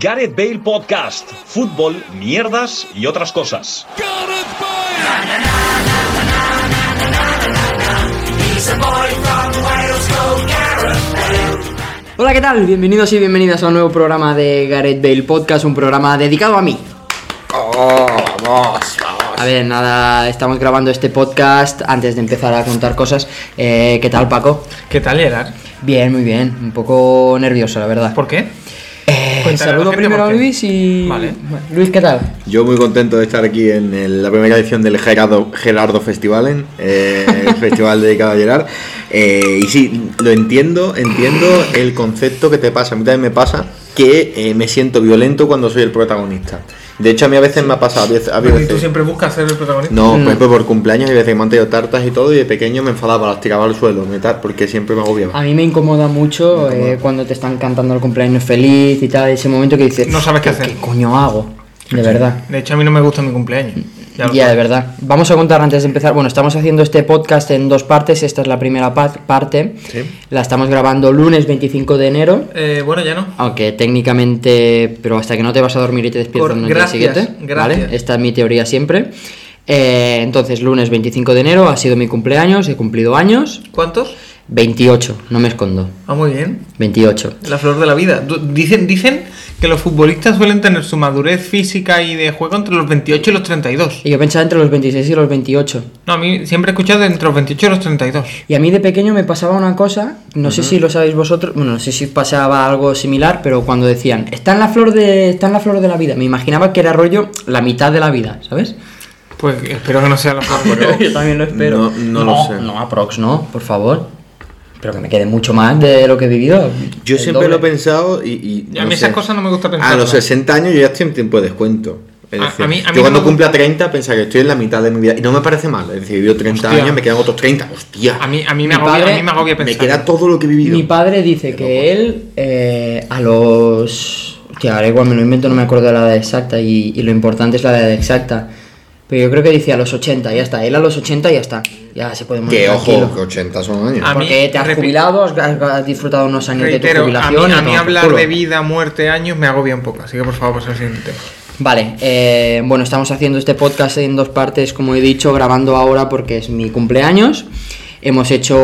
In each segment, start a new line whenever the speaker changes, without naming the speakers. Gareth Bale Podcast, fútbol, mierdas y otras cosas.
Hola, ¿qué tal? Bienvenidos y bienvenidas a un nuevo programa de Gareth Bale Podcast, un programa dedicado a mí. A ver, nada, estamos grabando este podcast antes de empezar a contar cosas. Eh, ¿Qué tal, Paco?
¿Qué tal, Gerard?
Bien, muy bien. Un poco nervioso, la verdad.
¿Por qué?
Eh,
Cuéntale a la
saludo
gente
primero a
por qué.
Luis y...
Vale.
Luis, ¿qué tal?
Yo muy contento de estar aquí en el- la primera edición del Gerardo, Gerardo Festivalen, eh, el festival dedicado a Gerard. Eh, y sí, lo entiendo, entiendo el concepto que te pasa. A mí también me pasa que eh, me siento violento cuando soy el protagonista. De hecho, a mí a veces me ha pasado. A veces, a
¿Y tú
veces-
siempre buscas ser el protagonista?
no, por
No.
ejemplo, por cumpleaños hay veces que me han traído tartas y todo y de pequeño me enfadaba, las tiraba al suelo, me tal, porque siempre me agobiaba.
A mí me incomoda mucho eh, cuando te están cantando el cumpleaños feliz y tal, ese momento que dices...
No sabes qué hacer".
¿Qué coño hago? De verdad.
De hecho, a mí no me gusta mi cumpleaños. Ya
Ya,
lo sabes.
de verdad. Vamos a contar antes de empezar. Bueno, estamos haciendo este podcast en dos partes. Esta es la primera pa- parte. La estamos grabando lunes 25 de enero.
Eh, bueno, ya no.
Aunque técnicamente, pero hasta que no te vas a dormir y te despiertas
Por-
no
gracias,
el día siguiente.
gracias.
¿vale? Esta es mi teoría siempre. Eh, entonces, lunes 25 de enero ha sido mi cumpleaños. He cumplido años.
¿Cuántos?
28, no me escondo.
Ah, muy bien.
28.
La flor de la vida. Du- Dicen, dicen que los futbolistas suelen tener su madurez física y de juego entre los 28 y los 32.
Y yo pensaba entre los 26 y los 28.
No, a mí siempre he escuchado entre los 28 y los 32.
Y a mí de pequeño me pasaba una cosa, no sé si lo sabéis vosotros, bueno, no sé si pasaba algo similar, pero cuando decían, está en la flor de, está en la flor de la vida, me imaginaba que era rollo la mitad de la vida, ¿sabes?
Pues espero que no sea la flor de la vida.
Yo también lo
No, no lo sé.
"Oh, No, aprox, no, por favor. Pero que me quede mucho más de lo que he vivido.
Yo
el
siempre lo he
doble.
pensado y. y
Y a mí esas cosas no me gusta
A los
pensarlas.
60 años yo ya estoy en tiempo de descuento. Es
A-
decir,
a mí- a mí no
yo cuando
me
cumpla 30 pensaré que estoy en la mitad de mi vida y no me parece mal. Es decir, he vivido 30
Hostia.
años, me quedan otros 30. Hostia,
A mí, a mí me,
Mi
agobia,
padre
a mí me agobia
me
pensar.
queda todo lo que he vivido.
Mi padre dice que él eh, a los... Hostia, ahora igual me lo invento, no me acuerdo de la edad exacta y, y lo importante es la edad exacta. Pero yo creo que dice a los 80, ya está. Él a los 80 ya está. Ya se puede morir
que
tranquilo.
ojo, que 80 son años.
A mí-
Porque te has
repi-
jubilado, has, has- has disfrutado unos años de tu
Reitero, a mí,
jubilación. y a
a mí
tomar por
hablar
culo.
de vida, muerte, años me agobia un poco. Así que por favor, pasar al siguiente tema.
Vale, eh, bueno, estamos haciendo este podcast en dos partes, como he dicho, grabando ahora porque es mi cumpleaños. Hemos hecho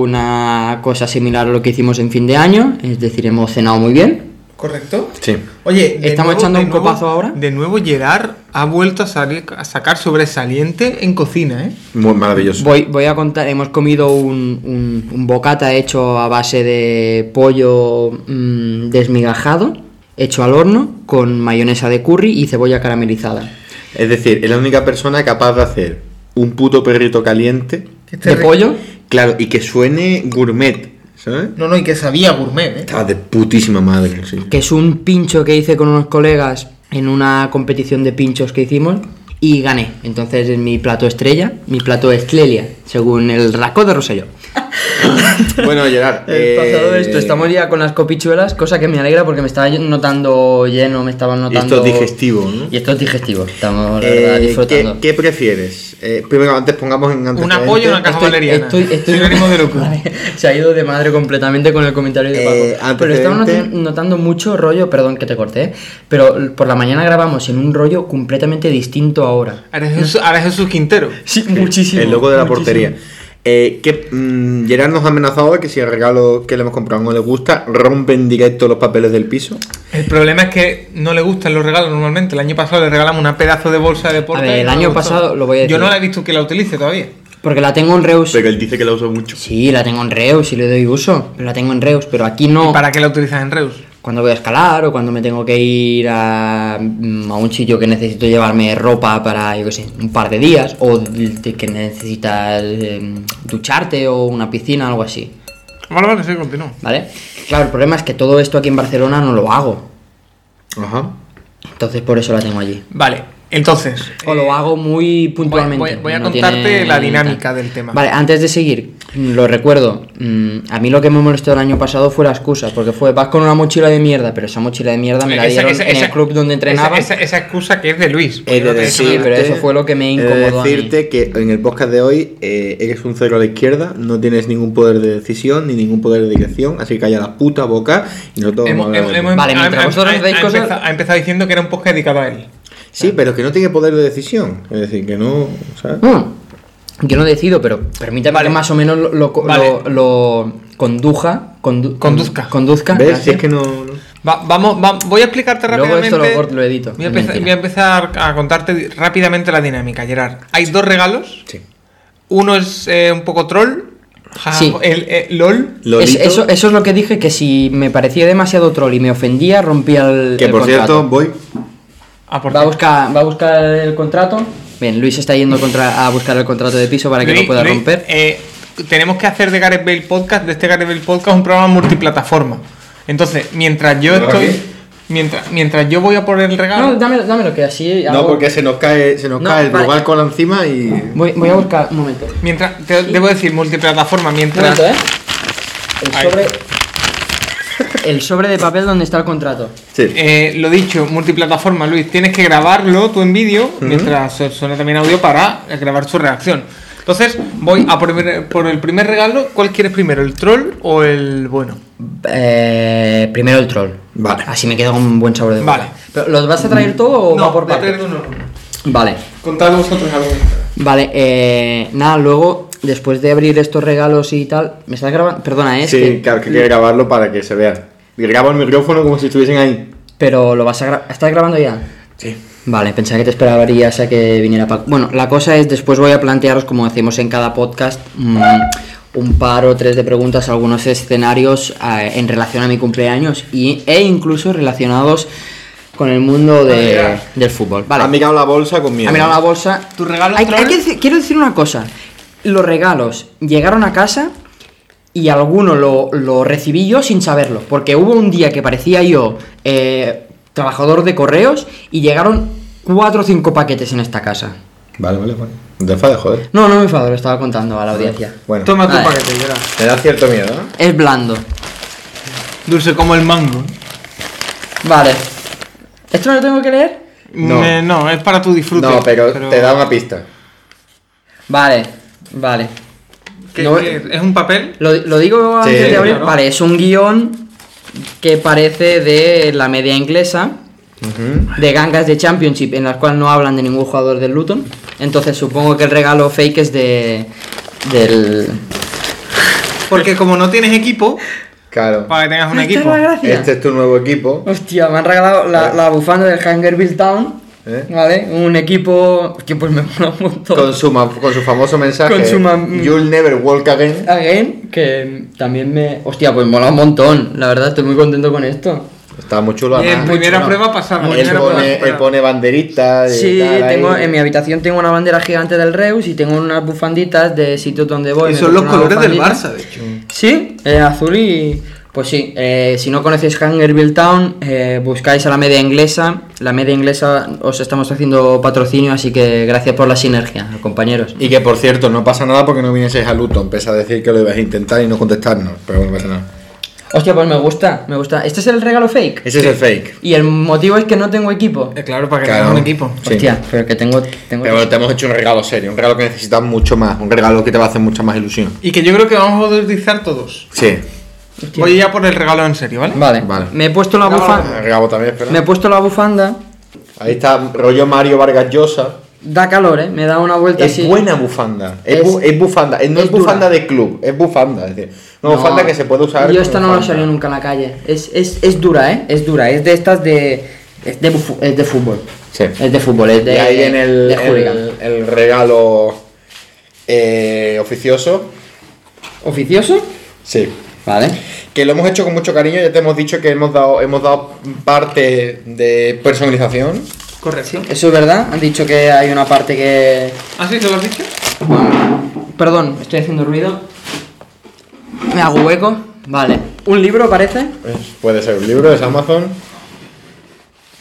una cosa similar a lo que hicimos en fin de año, es decir, hemos cenado muy bien.
¿Correcto?
Sí.
Oye, de
¿Estamos
nuevo-
echando
de
un
nuevo-
copazo ahora?
De nuevo, Gerard ha vuelto a, salir, a sacar sobresaliente en cocina, ¿eh?
Muy maravilloso.
Voy, voy a contar, hemos comido un, un- un bocata hecho a base de pollo mm, desmigajado, hecho al horno, con mayonesa de curry y cebolla caramelizada.
Es decir, es la única persona capaz de hacer un puto perrito caliente,
Este
¿De
re-
pollo?
claro, y que suene gourmet, ¿sabes?
No, no, y que sabía gourmet, ¿eh?
Estaba de putísima madre, sí.
Que es un pincho que hice con unos colegas en una competición de pinchos que hicimos y gané. Entonces es mi plato estrella, mi plato estrella, según el Raco de Roselló.
Bueno, Gerard.
El pasado de
eh,
esto, estamos ya con las copichuelas, cosa que me alegra porque me estaba notando lleno, me estaba
y
notando...
esto es digestivo, ¿no?
Y esto es digestivo, estamos la verdad,
Eh,
disfrutando.
¿qué, qué prefieres? Eh, primero, antes pongamos en
Un
antecedentes.
apoyo y una caja
Estoy-
valeriana.
estoy- estoy-
Sin ánimo de lucro.
Vale, Se ha ido de madre completamente con el comentario de Paco.
Eh,
pero estaba notan-
antecedente.
notando mucho rollo, perdón que te corté, ¿eh? pero l- por la mañana grabamos en un rollo completamente distinto ahora.
Ahora es Jesús, ahora es Jesús Quintero.
Sí,
El loco de la portería. Eh, que mm, Gerard nos ha amenazado de que si el regalo que le hemos comprado no le gusta, rompe en directo los papeles del piso.
El problema es que no le gustan los regalos normalmente. El año pasado le regalamos una pedazo de bolsa de deporte.
A ver,
y
el
no le
año
gustó.
pasado, lo voy a decir.
Yo no la he visto que la utilice todavía.
Porque la tengo en Reus.
Pero él dice que la usa mucho.
Sí, la tengo en Reus y le doy uso. Pero la tengo en Reus, pero aquí no.
¿Para qué la utilizas en Reus?
Cuando voy a escalar o cuando me tengo que ir a, mm, a un sitio que necesito llevarme ropa para, yo qué sé, un par de días o de- de que necesitas em, ducharte o una piscina, algo así.
Vale, vale, sí, continúo.
¿Vale? Claro, el problema es que todo esto aquí en Barcelona no lo hago.
Ajá.
Entonces por eso la tengo allí.
Vale, Entonces.
O lo
eh,
hago muy
voy-
puntualmente.
Voy, voy a
no
contarte
tiene
la
tal.
dinámica del tema.
Vale, antes de seguir, mm, lo recuerdo. mm, A mí lo que me molestó el año pasado fue la excusa, porque fue vas con una mochila de mierda, pero esa mochila de mierda me la
Eh, Esa-
dieron
esa-
en
esa-
el club donde
esa-
entrenaba.
Esa, esa excusa que es de Luis.
He de
porque no te he dicho
sí,
decirte-
nada.
pero eso fue lo que me
he de
incomodó a mí.
decirte que en el podcast de hoy eh, eres un cero a la izquierda, no tienes ningún poder de decisión ni ningún poder de dirección, así que calla la puta boca y nosotros vamos a
Hemos-
hablar
hemos-
de-
hemos-
Vale,
ha-
mientras
ha-
vosotros
ha-
hacéis
ha
cosas-
empezado- Ha empezado diciendo que era un podcast dedicado a él.
Sí, pero es que no tiene poder de decisión, es decir, que no, ¿sabes?
Mm, Yo no decido, pero permítame
Vale.
que más o menos lo, lo,
Vale.
lo- lo conduja. condu-
Conduzca.
Conduzca.
¿Ves?
gracias.
Si es que no... no.
Va- vamos, va- voy a explicarte
Luego
rápidamente.
esto lo corto, lo edito.
Voy
Es
a, empezar,
mentira.
voy a empezar a contarte di- rápidamente la dinámica, Gerard. Hay dos regalos.
Sí.
Uno es eh, un poco troll. Ja,
Sí.
El, eh, LOL.
Es-
Lolito,
eso, eso es lo que dije, que si me parecía demasiado troll y me ofendía, rompía el
que
el
por cierto,
contrato.
voy
Ah, por
va, a
cierto.
buscar, va a buscar el contrato. Bien, Luis está yendo contra- a buscar el contrato de piso para que
Luis,
lo pueda
Luis,
romper.
eh, tenemos que hacer de Gareth Bale Podcast, de este Gareth Bale Podcast, un programa multiplataforma. Entonces, mientras yo
¿Pero
estoy.
qué?
Mientras, mientras yo voy a poner el regalo.
no, dámelo, dámelo, que así.
No,
hago-
porque se nos cae, se nos
No,
cae el
vale.
brugal con la encima y.
Voy, voy a buscar. Un momento. Un
Mientras, te- debo decir, multiplataforma, mientras.
momento, ¿eh? El
Ahí.
sobre. El sobre de papel donde está el contrato.
Sí.
Eh, lo dicho, multiplataforma, Luis, tienes que grabarlo tú en vídeo, mientras su- suena también audio para grabar su reacción. Entonces, voy a por, primer- por el primer regalo. ¿Cuál quieres primero, el troll o el bueno?
Eh, primero el troll.
Vale.
Así me quedo con un buen sabor de boca.
Vale.
Pero, ¿Los vas a traer todo o va por
voy a
partes?
traer uno.
Vale.
Contad vosotros algo.
Vale, eh, nada, luego, después de abrir estos regalos y tal, ¿me estás grabando? Perdona, ¿eh? es
sí,
que-
claro, que hay que grabarlo para que se vea. Y graba el micrófono como si estuviesen ahí.
Pero lo vas a grabar. ¿Estás grabando ya?
Sí.
Vale, pensaba que te esperarías a que viniera Paco. Bueno, la cosa es, después voy a plantearos, como hacemos en cada podcast, mm, un par o tres de preguntas, algunos escenarios eh, en relación a mi cumpleaños y, e incluso relacionados con el mundo de-
Vale, ya.
del fútbol.
Vale.
Vale,
Ha mirado la bolsa con miedo. ¿eh?
ha mirado la bolsa.
¿Tu regalo,
Hay- hay
troll?
que decir- quiero decir una cosa. Los regalos llegaron a casa y alguno lo, lo recibí yo sin saberlo. Porque hubo un día que parecía yo eh, trabajador de correos y llegaron cuatro o cinco paquetes en esta casa.
Vale, vale, vale. No te enfades, joder.
No, no me enfado, lo estaba contando a la audiencia.
Bueno,
Toma tu
Vale.
paquete, verás.
me da cierto miedo, ¿no?
Es blando.
Dulce como el mango.
Vale. ¿Esto no lo tengo que leer?
No.
Me- no, es para tu disfrute.
No, pero, te da una pista.
Vale, vale.
¿Qué-
No,
qué- ¿Es un papel?
Lo, lo digo
Sí,
antes de abrir.
claro.
Vale, es un guión que parece de la media inglesa, de gangas de Championship, en las cuales no hablan de ningún jugador del Luton. Entonces supongo que el regalo fake es de. del.
Porque como no tienes equipo,
Claro.
para que tengas un
Ah,
equipo. Eh.
está la gracia.
Este es tu nuevo equipo.
Hostia, me han regalado la, la bufanda del Hungerville Town.
¿Eh?
¿Vale? Un equipo que pues me mola un montón.
Con su, ma- con su famoso mensaje.
Con su mam-
You'll never walk again.
Again, que también me. Hostia, pues mola un montón. La verdad, estoy muy contento con esto.
Está muy chulo,
Bien,
además.
primera
chulo.
prueba pasada.
Él
primera prueba
pone, él
superada.
pone banderitas. y
Sí,
tal ahí.
tengo, en mi habitación tengo una bandera gigante del Reus y tengo unas bufanditas de sitios donde voy.
Y
me
son los
compro una
colores del
bufandita.
Barça, de hecho.
Sí, eh, azul y... Pues sí, eh, si no conocéis Hungerville Town, eh, buscáis a la media inglesa. La media inglesa os estamos haciendo patrocinio, así que gracias por la sinergia, compañeros.
Y que por cierto, no pasa nada porque no vinieseis a Luton. Pese a decir que lo ibas a intentar y no contestarnos. Pero bueno, no pasa nada.
Hostia, pues me gusta, me gusta. ¿Este es el regalo fake?
Ese es el fake.
Y el motivo es que no tengo equipo.
Eh, claro, para que
Claro.
tengas un equipo.
Sí.
Hostia, pero que tengo... tengo
Pero bueno, te hemos hecho un regalo serio, un regalo que necesitas mucho más, un regalo que te va a hacer mucha más ilusión.
Y que yo creo que vamos a utilizar todos.
Sí.
Hostia.
Voy ya por el regalo en serio, ¿vale?
Vale.
Vale.
me he puesto la
Ah,
bufanda...
Grabo también, espera.
Me he puesto la bufanda...
Ahí está rollo Mario Vargas Llosa.
Da calor, ¿eh? Me da una vuelta
Es
así.
buena bufanda. Es,
Es-
bu- es bufanda. Es- no es,
es dura.
bufanda de club, es bufanda. Es decir, una
No,
bufanda que se puede usar.
Yo
como
esta no la he
bufanda.
salido nunca en la calle. Es, es, es dura, ¿eh? Es dura. Es de estas de. Es de, bufu- es de fútbol.
Sí.
Es de fútbol, es de.
y ahí en el,
de hooligan.
el, el regalo eh, oficioso.
¿Oficioso?
Sí.
Vale.
Que lo hemos hecho con mucho cariño, ya te hemos dicho que hemos dado, hemos dado parte de personalización.
Correcto.
Eso es verdad. Han dicho que hay una parte que.
¿Ah, sí? ¿Te lo has dicho?
Perdón, estoy haciendo ruido. Me hago hueco. Vale. ¿Un libro parece?
Pues, Puede ser un libro, es Amazon.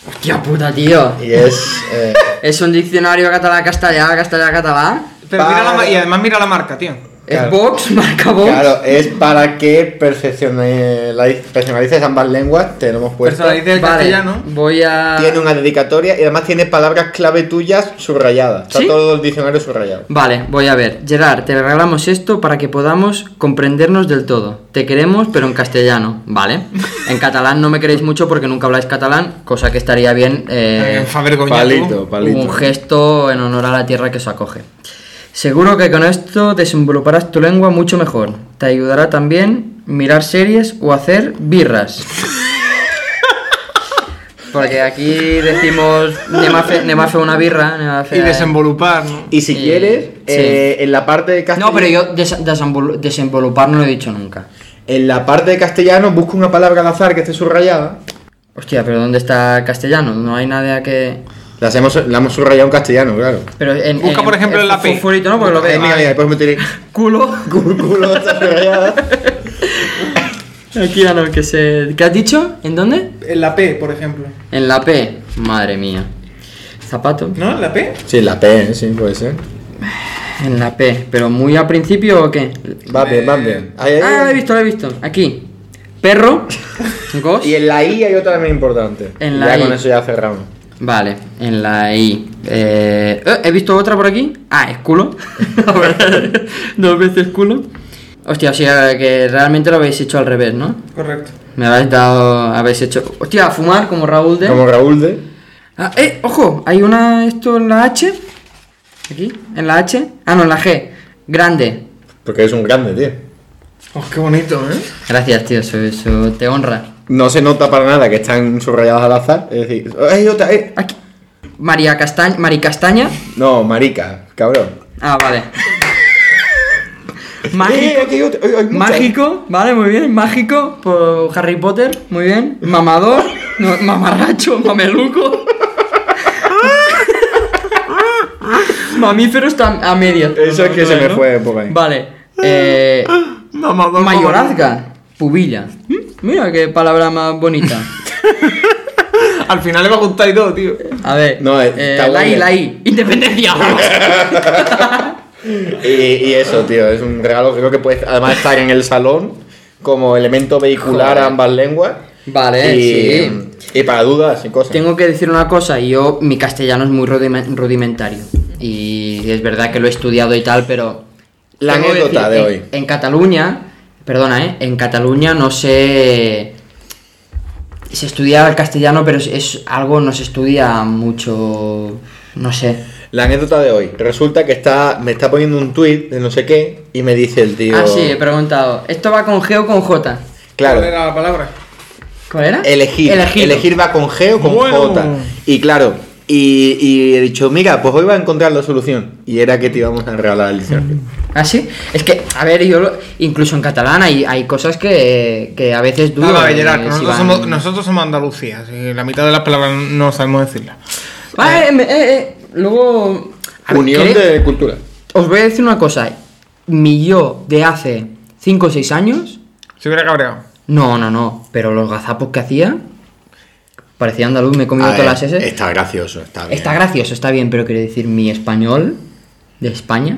Hostia puta, tío.
Y es. eh,
Es un diccionario catalán-castellá, castellá-catalá.
Pero mira la ma-
Para-
y además mira la marca, tío.
Es
Claro.
Vox, marca Vox.
claro, es para que perfeccione- la- personalices ambas lenguas. Tenemos puesto.
Personalice el
Vale,
castellano.
voy a...
Tiene una dedicatoria y además tiene palabras clave tuyas subrayadas. Está
¿Sí?
todo el diccionario subrayado.
Vale, voy a ver. Gerard, te regalamos esto para que podamos comprendernos del todo. Te queremos, pero en castellano, ¿vale? En catalán no me queréis mucho porque nunca habláis catalán, cosa que estaría bien eh,
Eh, Faber Coñac,
Palito, palito.
un gesto en honor a la tierra que os acoge. Seguro que con esto desenvoluparás tu lengua mucho mejor. Te ayudará también mirar series o hacer birras. Porque aquí decimos, Nemafe, Nemafe una birra, Nemafe...
Y desenvolupar, ¿no?
Y si
Sí,
quieres,
Mm, sí.
eh, en la parte de castellano.
No, pero yo des- desembol- desenvolupar no lo he dicho nunca.
En la parte de castellano busca una palabra al azar que esté subrayada.
Hostia, pero ¿dónde está castellano? No hay nada que...
Las hemos, la hemos subrayado en castellano, claro.
Pero en,
Busca,
en-
por ejemplo,
en
el lápiz.
fosforito, ¿no? Porque lo
Eh,
veo.
mira, mira, después me tiré.
Culo.
Culo, culo, está subrayada.
Aquí ya no, que se... ¿Qué has dicho? ¿En dónde?
En la P, por ejemplo.
En la P. Madre mía. Zapato.
¿No? ¿En la P?
Sí, la P, ¿eh? sí, puede ser.
En la P. ¿Pero muy al principio o qué?
Va bien, va bien. Ahí, ahí,
Ah, lo he
ahí.
visto, lo he visto. Aquí. Perro. Gos.
Y en la I hay otra también importante.
En
Y
la
ya
I.
con eso ya cerramos.
Vale, en la I. Eh, eh, ¿He visto otra por aquí? Ah, es culo. La verdad, Dos veces culo. Hostia, o sea que realmente lo habéis hecho al revés, ¿no?
Correcto.
Me habéis dado. Habéis hecho. Hostia, a fumar como Raúl de.
Como Raúl de.
Ah, eh, ojo, hay una. Esto en la H. Aquí, en la H. Ah, no, en la G. Grande.
Porque es un grande, tío.
Oh, qué bonito, ¿eh?
Gracias, tío, eso, eso te honra.
No se nota para nada que están subrayadas al azar. Es decir, hay otra. eh".
Aquí. María Castaña. Mari Castaña.
No, marica, cabrón.
Ah, vale.
Eh,
Mágico.
aquí hay otra, eh, hay muchas.
Mágico, vale, muy bien, mágico, por Harry Potter, muy bien. Mamador, no, mamarracho, mameluco. Mamífero está a media.
Eso es que se me fue por ahí.
Vale, eh,
Mamador.
mayorazga, pubilla. Mira qué palabra más bonita.
Al final le va a gustar y todo, tío.
A ver,
No, eh,
eh,
está
la I,
bueno.
la I, independencia.
Y, y eso, tío, es un regalo que creo que puede además estar en el salón como elemento vehicular
Joder.
a ambas lenguas.
Vale,
y,
sí.
y para dudas y cosas.
Tengo que decir una cosa, yo mi castellano es muy rudime- rudimentario y es verdad que lo he estudiado y tal, pero
La
tengo que
anécdota de
en-
hoy.
En, Cataluña, perdona, ¿eh? en Cataluña no se se estudia el castellano, pero es, es algo no se estudia mucho, no sé.
La anécdota de hoy. Resulta que está me está poniendo un tweet de no sé qué y me dice el tío.
Ah, sí, he preguntado, ¿esto va con G o con J?
¿Cuál
Claro,
era la palabra?
¿Cuál era?
elegir.
Elegir.
Elegir va con G o con
Bueno.
J. Y claro, y, y he dicho, mira, pues hoy va a encontrar la solución. Y era que te íbamos a regalar el diccionario.
¿Ah, sí? Es que, a ver, yo lo- incluso en catalán hay, hay cosas que, que a veces dudo.
Ah, vale, Gerard,
eh,
que
si
nosotros,
van-
somos, nosotros somos Andalucía, así que la mitad de las palabras no sabemos decirlas.
Ah, eh, me- eh, eh, Luego. a ver,
Unión
¿queréis-
de cultura.
Os voy a decir una cosa. Mi yo de hace 5 o 6 años.
Se hubiera cabreado.
No, no, no. Pero los gazapos que hacía. Parecía andaluz, me he comido
A
todas las
ver,
S. Está,
Está gracioso, está bien.
gracioso, está bien, pero quiero decir, mi español de España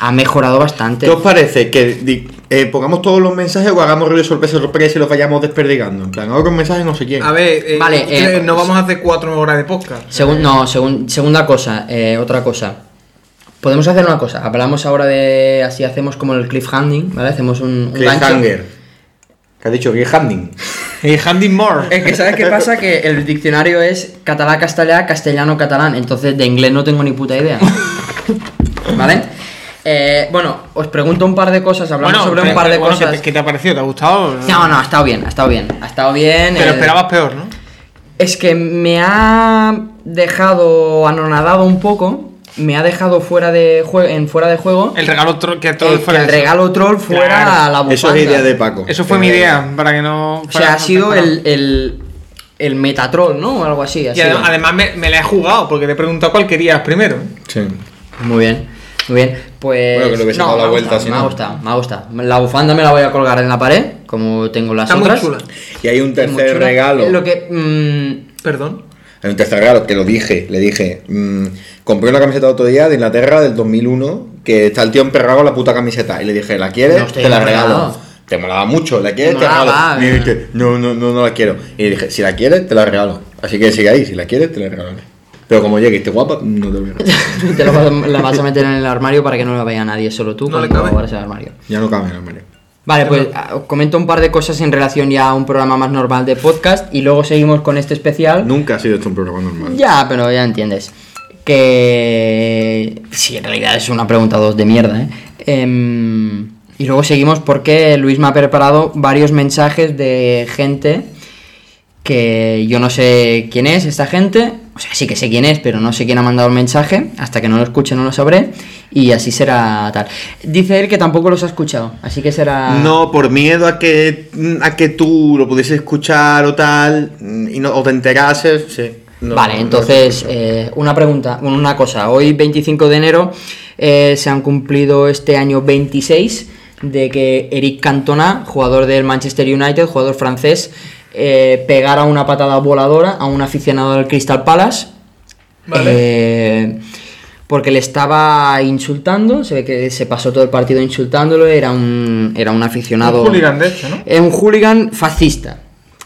ha mejorado bastante.
¿Qué os parece? ¿Que di- eh, pongamos todos los mensajes o hagamos rollo sorpresa, sorpresa y los vayamos desperdigando? En plan, ahora un mensaje no sé quién.
A ver, eh,
Vale,
¿ustedes
eh,
no vamos a hacer cuatro horas de podcast.
Segun- no, segun- segunda cosa, eh, otra cosa. Podemos hacer una cosa. Hablamos ahora de. Así hacemos como el cliffhanging, ¿vale? Hacemos un, un gancho.
Cliffhanger. ¿Qué has dicho? Cliffhanger.
Y Handy Moore.
Es que sabes qué pasa que el diccionario es catalán castellá castellano catalán, entonces de inglés no tengo ni puta idea. ¿Vale? Eh, bueno, os pregunto un par de cosas, hablamos sobre un
pero-
par de
bueno,
cosas.
¿qué te, qué te ha parecido? ¿Te ha gustado?
No, no, ha estado bien, ha estado bien, ha estado bien.
Pero
eh,
esperabas peor, ¿no?
Es que me ha dejado anonadado un poco, me ha dejado fuera de jue- en fuera de juego.
El regalo tro- que todo
el-
fuera
el
eso.
regalo troll fuera
Claro,
a la bufanda.
Eso es idea de Paco. Eh,
Eso fue mi idea, para que no...
O
fuera
sea, ha sido
tan
el, el, el metatroll, ¿no? O algo así. ha
Y adem-
sido.
además me, me la he jugado, porque te he preguntado cuál querías primero.
Sí.
Muy bien, muy bien. Pues.
Bueno, que le hubiese dado
me
la
ha
vuelta,
gustado,
si
Me
no.
ha gustado, me ha gustado. La bufanda me la voy a colgar en la pared, como tengo las
Está muy
otras.
chula.
Y hay un
Está muy
tercer
chula.
regalo.
Lo que. mm,
Perdón.
En el tercer regalo, que lo dije, le dije, mm, compré una camiseta otro día de Inglaterra del 2001, que está el tío emperrado con la puta camiseta. Y le dije, ¿la quieres?
No, estoy
te la regalo.
emperrado.
Te molaba mucho, ¿la quieres?
Te
Te, la
molaba,
regalo. Y
eh.
dije, no, no, no, no la quiero. Y le dije, si la quieres, te la regalo. Así que sigue ahí, si la quieres, te la regalo. Pero como llegue y esté guapa, no te lo voy a regalar.
Te la vas, a- la vas a meter en el armario para que no la vea nadie, solo tú
No le
cuando
cabe.
abras el armario.
Ya no cambia, hombre.
Vale, pues ah, os comento un par de cosas en relación ya a un programa más normal de podcast y luego seguimos con este especial.
Nunca ha sido esto un programa normal.
Ya, pero ya entiendes. Que. Sí, en realidad es una pregunta dos de mierda, ¿eh? Em, y luego seguimos porque Luis me ha preparado varios mensajes de gente que yo no sé quién es esta gente. O sea, sí que sé quién es, pero no sé quién ha mandado el mensaje. Hasta que no lo escuche, no lo sabré. Y así será tal. Dice él que tampoco los ha escuchado, así que será.
No, por miedo a que, a que tú lo pudieses escuchar o tal, mm, y no, o te enterases, sí. No,
vale,
no,
entonces,
no, no, no.
eh, una pregunta, bueno, una cosa. Hoy, 25 de enero, eh, se han cumplido este año 26 de que Eric Cantona, jugador del Manchester United, jugador francés, eh, pegara una patada voladora a un aficionado del Crystal Palace. Eh, porque le estaba insultando, se ve que se pasó todo el partido insultándolo, era un, era un aficionado...
Un hooligan, de hecho, ¿no?
Es un hooligan fascista.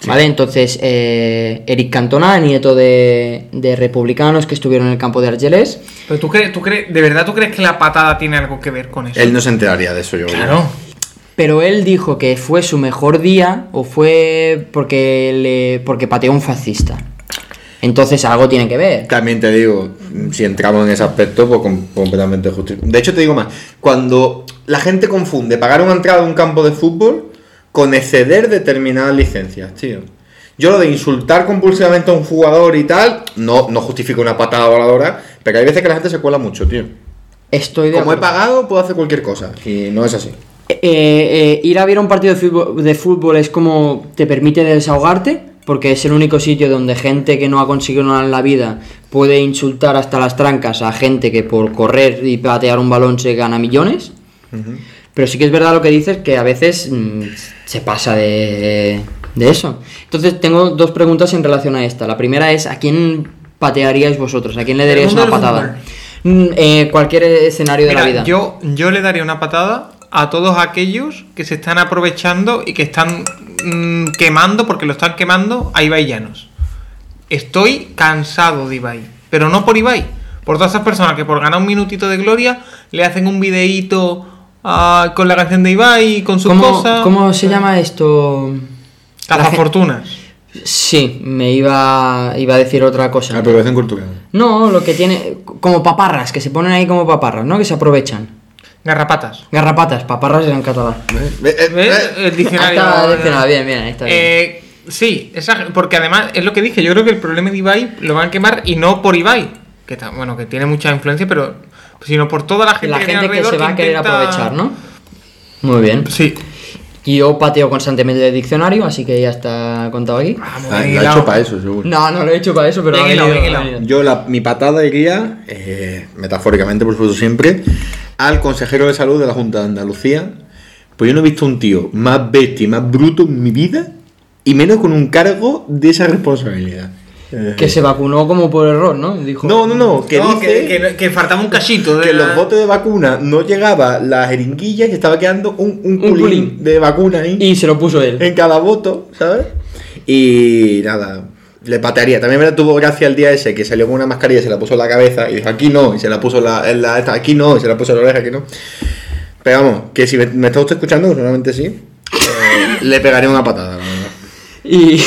¿Vale? Entonces, eh, Eric Cantona, nieto de, de republicanos que estuvieron en el campo de Argelés.
Pero tú crees, tú crees, ¿de verdad tú crees que la patada tiene algo que ver con eso?
Él no se enteraría de eso, yo creo.
Claro.
Pero él dijo que fue su mejor día o fue porque, le, porque pateó a un fascista. Entonces, algo tiene que ver.
También te digo, si entramos en ese aspecto, pues com- completamente justo. De hecho, te digo más, cuando la gente confunde pagar una entrada a un campo de fútbol con exceder determinadas licencias, tío. Yo lo de insultar compulsivamente a un jugador y tal, no, no justifica una patada voladora, pero hay veces que la gente se cuela mucho, tío.
Estoy de
Como he
acuerdo.
pagado, puedo hacer cualquier cosa. Y no es así.
Eh, eh, ir a ver un partido de fútbol, de fútbol es como te permite desahogarte, porque es el único sitio donde gente que no ha conseguido nada en la vida puede insultar hasta las trancas a gente que por correr y patear un balón se gana millones. Pero sí que es verdad lo que dices, que a veces mm, se pasa de, de eso. Entonces tengo dos preguntas en relación a esta. La primera es, ¿a quién patearíais vosotros? ¿A quién le
Del
daríais
mundo
una
del
patada? Mm, eh, cualquier escenario
Mira,
de la vida.
Yo, yo le daría una patada a todos aquellos que se están aprovechando y que están mm, quemando, porque lo están quemando, a Ibai Llanos. Estoy cansado de Ibai, pero no por Ibai, por todas esas personas que por ganar un minutito de gloria le hacen un videíto ah, con la canción de Ibai, con sus
¿Cómo,
cosas.
cómo se llama esto?
Cazafortunas.
Sí, me iba, iba a decir otra cosa.
Apropiación cultural.
No, lo que tiene. Como paparras, que se ponen ahí como paparras, ¿no? Que se aprovechan.
Garrapatas.
Garrapatas, paparras en catalán.
Eh,
¿Ves? El diccionario.
Eh, Ahí está el diccionario, bien, bien, ahí está bien.
Eh, sí, esa- porque además es lo que dije, yo creo que el problema de Ibai lo van a quemar y no por Ibai, que ta- bueno, que tiene mucha influencia, pero sino por toda la gente
La
tiene
gente que
alrededor
se va a querer
intenta- Pues
aprovechar, ¿no? Muy bien.
Sí.
Y yo pateo constantemente el diccionario, así que ya está contado aquí.
Vamos,
Ah, lo
venga,
ha hecho
vamos.
para eso, seguro.
No, no lo he hecho para eso, pero.
Bien
ha
hilado,
venido,
bien
ha
hilado.
venido.
Yo la, mi patada iría, eh, metafóricamente por supuesto siempre, al consejero de salud de la Junta de Andalucía. Pues yo no he visto un tío más bestia y más bruto en mi vida, y menos con un cargo de esa responsabilidad. Eh,
Que se vacunó como por error, ¿no? Dijo.
No, no, no, que
No,
dice
que,
que,
que- que faltaba un cachito de la-
los botes de vacuna no llegaba la jeringuilla y estaba quedando un, un,
Un
culín
culín.
de vacuna ahí.
Y se lo puso él.
en cada voto, ¿sabes? Y nada, le patearía. También me tuvo gracia el día ese que salió con una mascarilla, se la puso en la cabeza y dijo aquí no, y se la puso en la, en la esta, aquí no, y se la puso en la oreja, aquí no. Pero vamos, que si me, me está usted escuchando, que seguramente sí, eh, le pegaré una patada, la verdad.
Y,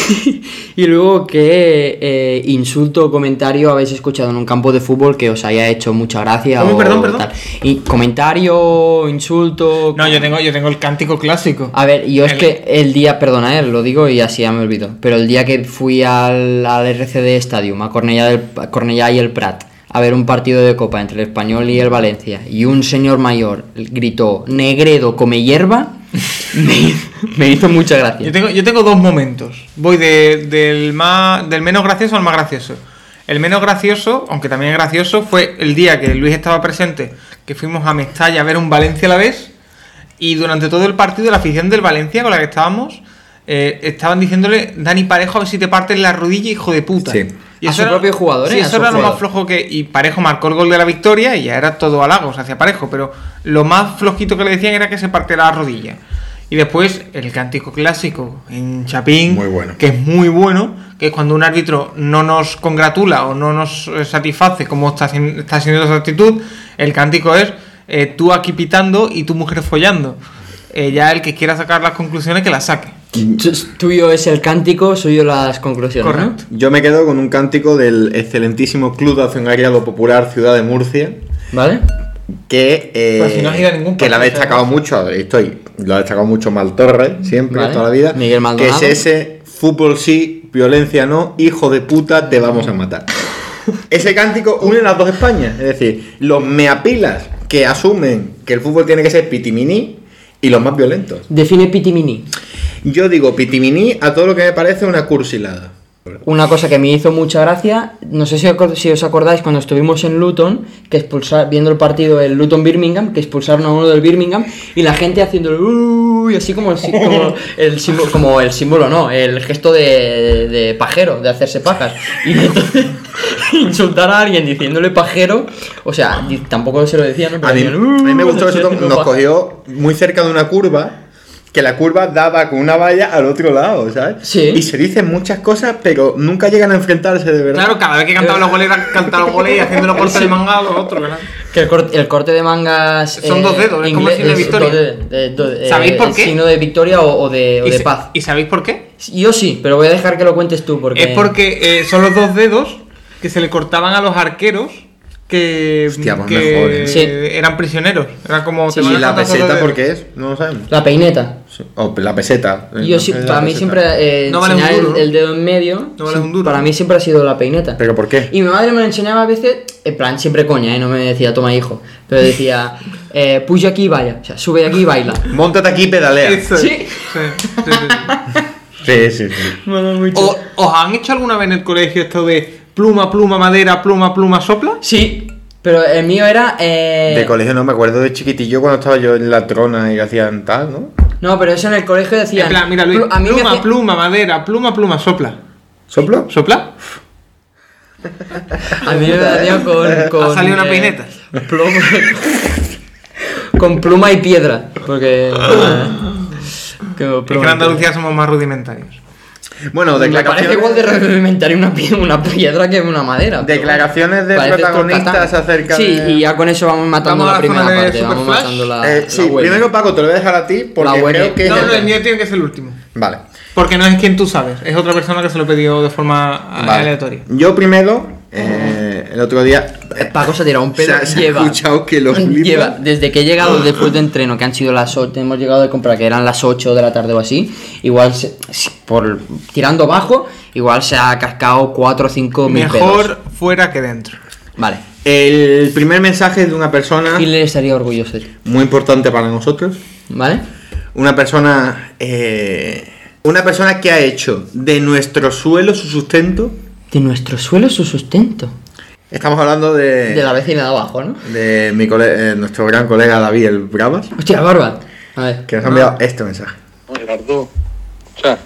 y luego, ¿qué eh, insulto o comentario habéis escuchado en un campo de fútbol que os haya hecho mucha gracia?
Uy,
o
perdón, perdón.
tal? Y comentario, insulto.
No, yo tengo, yo tengo el cántico clásico.
A ver, yo es
El-
que el día, perdona, eh, lo digo y así ya me olvido, pero el día que fui al, al RCD Stadium, a Cornellá, del, a Cornellá y el Prat, a ver un partido de copa entre el español y el Valencia, y un señor mayor gritó, Negredo come hierba, me, me hizo mucha gracia.
Yo tengo, yo tengo dos momentos. Voy de- del, más, del menos gracioso al más gracioso. El menos gracioso, aunque también es gracioso, fue el día que Luis estaba presente, que fuimos a Mestalla a ver un Valencia a la vez. Y durante todo el partido, la afición del Valencia con la que estábamos, eh, estaban diciéndole, Dani Parejo, a ver si te partes la rodilla, hijo de puta.
Sí.
A
eso
su propio jugador,
Sí,
¿eh? A
eso
su
era lo
jugador.
más flojo que. Y Parejo marcó el gol de la victoria y ya era todo halagos hacia Parejo, pero lo más flojito que le decían era que se partiera la rodilla. Y después el cántico clásico en Chapín,
Muy bueno.
que es muy bueno, que es cuando un árbitro no nos congratula o no nos eh, satisface como está, haci- está haciendo su actitud, el cántico es eh, tú aquí pitando y tu mujer follando. Eh, ya el que quiera sacar las conclusiones que las saque.
Tuyo es el cántico, suyo las conclusiones. ¿no?
Correcto.
Yo me quedo con un cántico del excelentísimo Club de Acción Agrariado Popular Ciudad de Murcia,
¿Vale?
que, eh,
Pues si no has ido a ningún
que la ha
partido,
destacado mucho, estoy, lo ha destacado mucho Maltorre, siempre,
Vale.
toda la vida,
Miguel
que
Maldonado.
es ese fútbol sí, violencia no, hijo de puta, te vamos a matar. Ese cántico une las dos Españas, es decir, los meapilas que asumen que el fútbol tiene que ser pitiminí y los más violentos.
Define pitimini.
Yo digo pitiminí a todo lo que me parece una cursilada.
Una cosa que me hizo mucha gracia, no sé si, acor- si os acordáis cuando estuvimos en Luton, que expulsar, viendo el partido del Luton Birmingham, que expulsaron a uno del Birmingham y la gente haciendo el uy, así como el, sí- como el símbolo, como el símbolo, no, el gesto de, de pajero, de hacerse pajas. Y entonces insultar a alguien diciéndole pajero, o sea, di- tampoco se lo decían, ¿no? pero
A mí,
decían,
a mí me
"Uh",
gustó eso,
haciendo
nos
pajas.
cogió muy cerca de una curva, que la curva daba con una valla al otro lado, ¿sabes?
Sí.
Y se dicen muchas cosas, pero nunca llegan a enfrentarse de verdad.
Claro, cada vez que cantaba los goles, era cantar los goles y haciendo los cortes de manga a los otros, ¿verdad?
Que el corte, el corte de mangas. eh,
Son dos dedos, es como el signo de
es
victoria.
dos dedos, de- do-
¿Sabéis
eh,
por
el
qué?
signo de victoria o, o de, o
¿Y
de
sa-
paz.
¿Y sabéis por qué?
Yo sí, pero voy a dejar que lo cuentes tú porque.
Es porque eh, son los dos dedos que se le cortaban a los arqueros que,
Hostia, pues
que
mejor, ¿eh?
Sí.
eran prisioneros. Era como
Sí,
te van
¿Y
a
la
cortar solo
peseta
de-
por qué es? No lo sabemos.
La peineta.
Sí. O la peseta.
Yo sí,
Entonces, la
para mí
peseta.
siempre eh,
No vale un
enseñar el-
duro,
el,
¿no?
dedo en medio.
No vale
sí,
un duro.
Para mí siempre ha sido la peineta.
¿Pero por qué?
Y mi madre me lo enseñaba a veces, en plan, siempre coña, ¿eh? no me decía toma hijo, pero decía, eh, puya aquí y vaya, o sea, sube aquí y baila.
Móntate aquí y pedalea.
Eso es.
Sí.
Sí, sí, sí, sí.
Sí, sí, sí.
¿O- ¿Os han hecho alguna vez en el colegio esto de pluma, pluma, madera, pluma, pluma, sopla?
Sí, pero el mío era... eh,
De colegio no me acuerdo de chiquitillo cuando estaba yo en la trona y hacían tal, ¿no?
No, pero eso en el colegio decían...
En plan, mira, Luis,
"Plu- a mí me
pluma,
hacía-
pluma, madera, pluma, pluma, sopla.
¿Soplo?
¿Sopla?
A mí me daría con, con. eh,
Ha salido una peineta.
Pluma. con pluma y piedra. Porque. eh, que pluma
Es que
y
en
piedra.
Andalucía somos más rudimentarios.
Bueno,
Me
declaraciones.
parece igual de rudimentario una, pie- una piedra que una madera. pero
Declaraciones de
parece
protagonistas
Torcatán.
acerca
Sí,
de-
y ya con eso vamos matando
Vamos a
la
la zona
primera
de
parte. Vamos
Superflash.
matando la.
Eh,
Ah, la
sí,
huelga.
primero Paco, te lo voy a dejar a ti porque
La buena.
creo que.
No, no, el mío tiene que ser el último.
Vale.
Porque no es quien tú sabes, es otra persona que se lo he pedido de forma a-
Vale.
aleatoria.
Yo primero, eh, el otro día. eh,
Paco se ha tirado un
se
pedo.
ha- se ha
lleva.
escuchado que lo flipas.
lleva, desde que he llegado después de entreno, que han sido las 8, hemos llegado de comprar, que eran las 8 de la tarde o así, igual se- si- por tirando bajo, igual se ha cascado 4 o 5 mil pedos.
Mejor fuera que dentro.
Vale.
El primer mensaje es de una persona
Y le estaría orgulloso. de-
muy importante para nosotros.
¿Vale?
Una persona. eh, una persona que ha hecho de nuestro suelo su sustento.
De nuestro suelo su sustento.
Estamos hablando de.
De la vecina de abajo, ¿no?
de mi cole- eh, nuestro gran colega David el Bravas,
Hostia, barba. A ver.
que nos ha enviado este mensaje.
No, Gerardo, ya,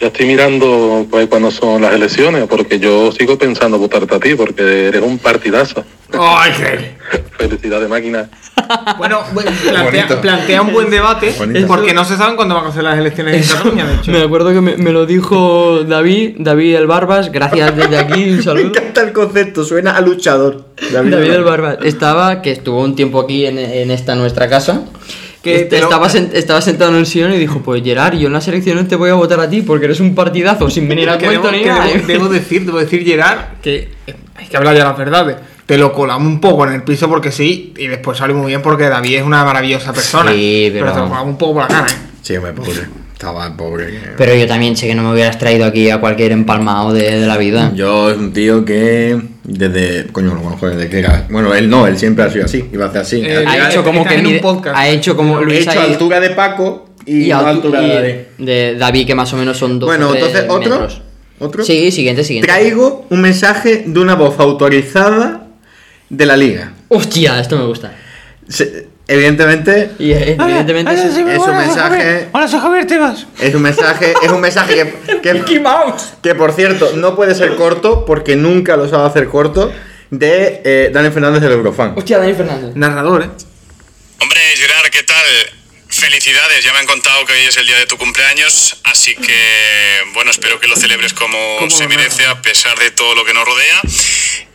ya estoy mirando pues cuando son las elecciones, porque yo sigo pensando votarte a ti, porque eres un partidazo.
¡Ay, qué!
Felicidades, máquina.
Bueno, bueno, plantea,
Bonito.
plantea un buen debate,
Bonito.
porque no se saben cuándo van a ser las elecciones en Cataluña, de hecho.
Me acuerdo que me, me lo dijo David, David el Barbas, gracias desde aquí, un
Me
saludo.
encanta el concepto, suena a luchador. David,
David
el
el Barbas estaba, que estuvo un tiempo aquí en, en esta nuestra casa.
Que
Este-
te lo-
estaba, sen- estaba sentado en el sillón y dijo, pues Gerard, yo en las elecciones te voy a votar a ti porque eres un partidazo sin venir a
Que debo,
cuento ni
que
nada. ¿eh?
debo- debo decir, debo decir, Gerard, que eh, hay que hablar ya las verdades. Te lo colamos un poco en el piso porque sí, y después sale muy bien porque David es una maravillosa persona.
Sí, pero-
te lo colamos un poco por la cara, ¿eh?
Sí, hombre, pobre. Estaba pobre. que-
Pero yo también sé que no me hubieras traído aquí a cualquier empalmado de, de la vida.
Yo es un tío que desde. Coño, lo conozco desde que era. Bueno, él no, él siempre ha sido así. Iba a ser así.
Eh,
ha
ya,
hecho como
está
que
en un
mide-
podcast.
ha hecho como
He
Luis
hecho
ahí-
altura de Paco y,
y
no
altu-
altura
y
de David.
de David que más o menos son dos
Bueno,
o tres
entonces, ¿otro?
metros.
¿Otro?
Sí, siguiente, siguiente.
Traigo un mensaje de una voz autorizada de la liga.
Hostia, esto me gusta.
Se- Evidentemente,
Y eh,
Ah,
evidentemente
Hola,
eso-
soy-
es un
hola, soy
mensaje-
Javier. Hola, soy Javier Tebas.
es un mensaje, es un mensaje que, que, que, por cierto, no puede ser corto, porque nunca lo sabe hacer corto, de eh, Daniel Fernández del Eurofan.
Hostia, Dani Fernández.
Narrador, ¿eh?
Hombre, Gerard, ¿qué tal? Felicidades, ya me han contado que hoy es el día de tu cumpleaños, así que, bueno, espero que lo celebres como
Como
se
nada.
merece, a pesar de todo lo que nos rodea.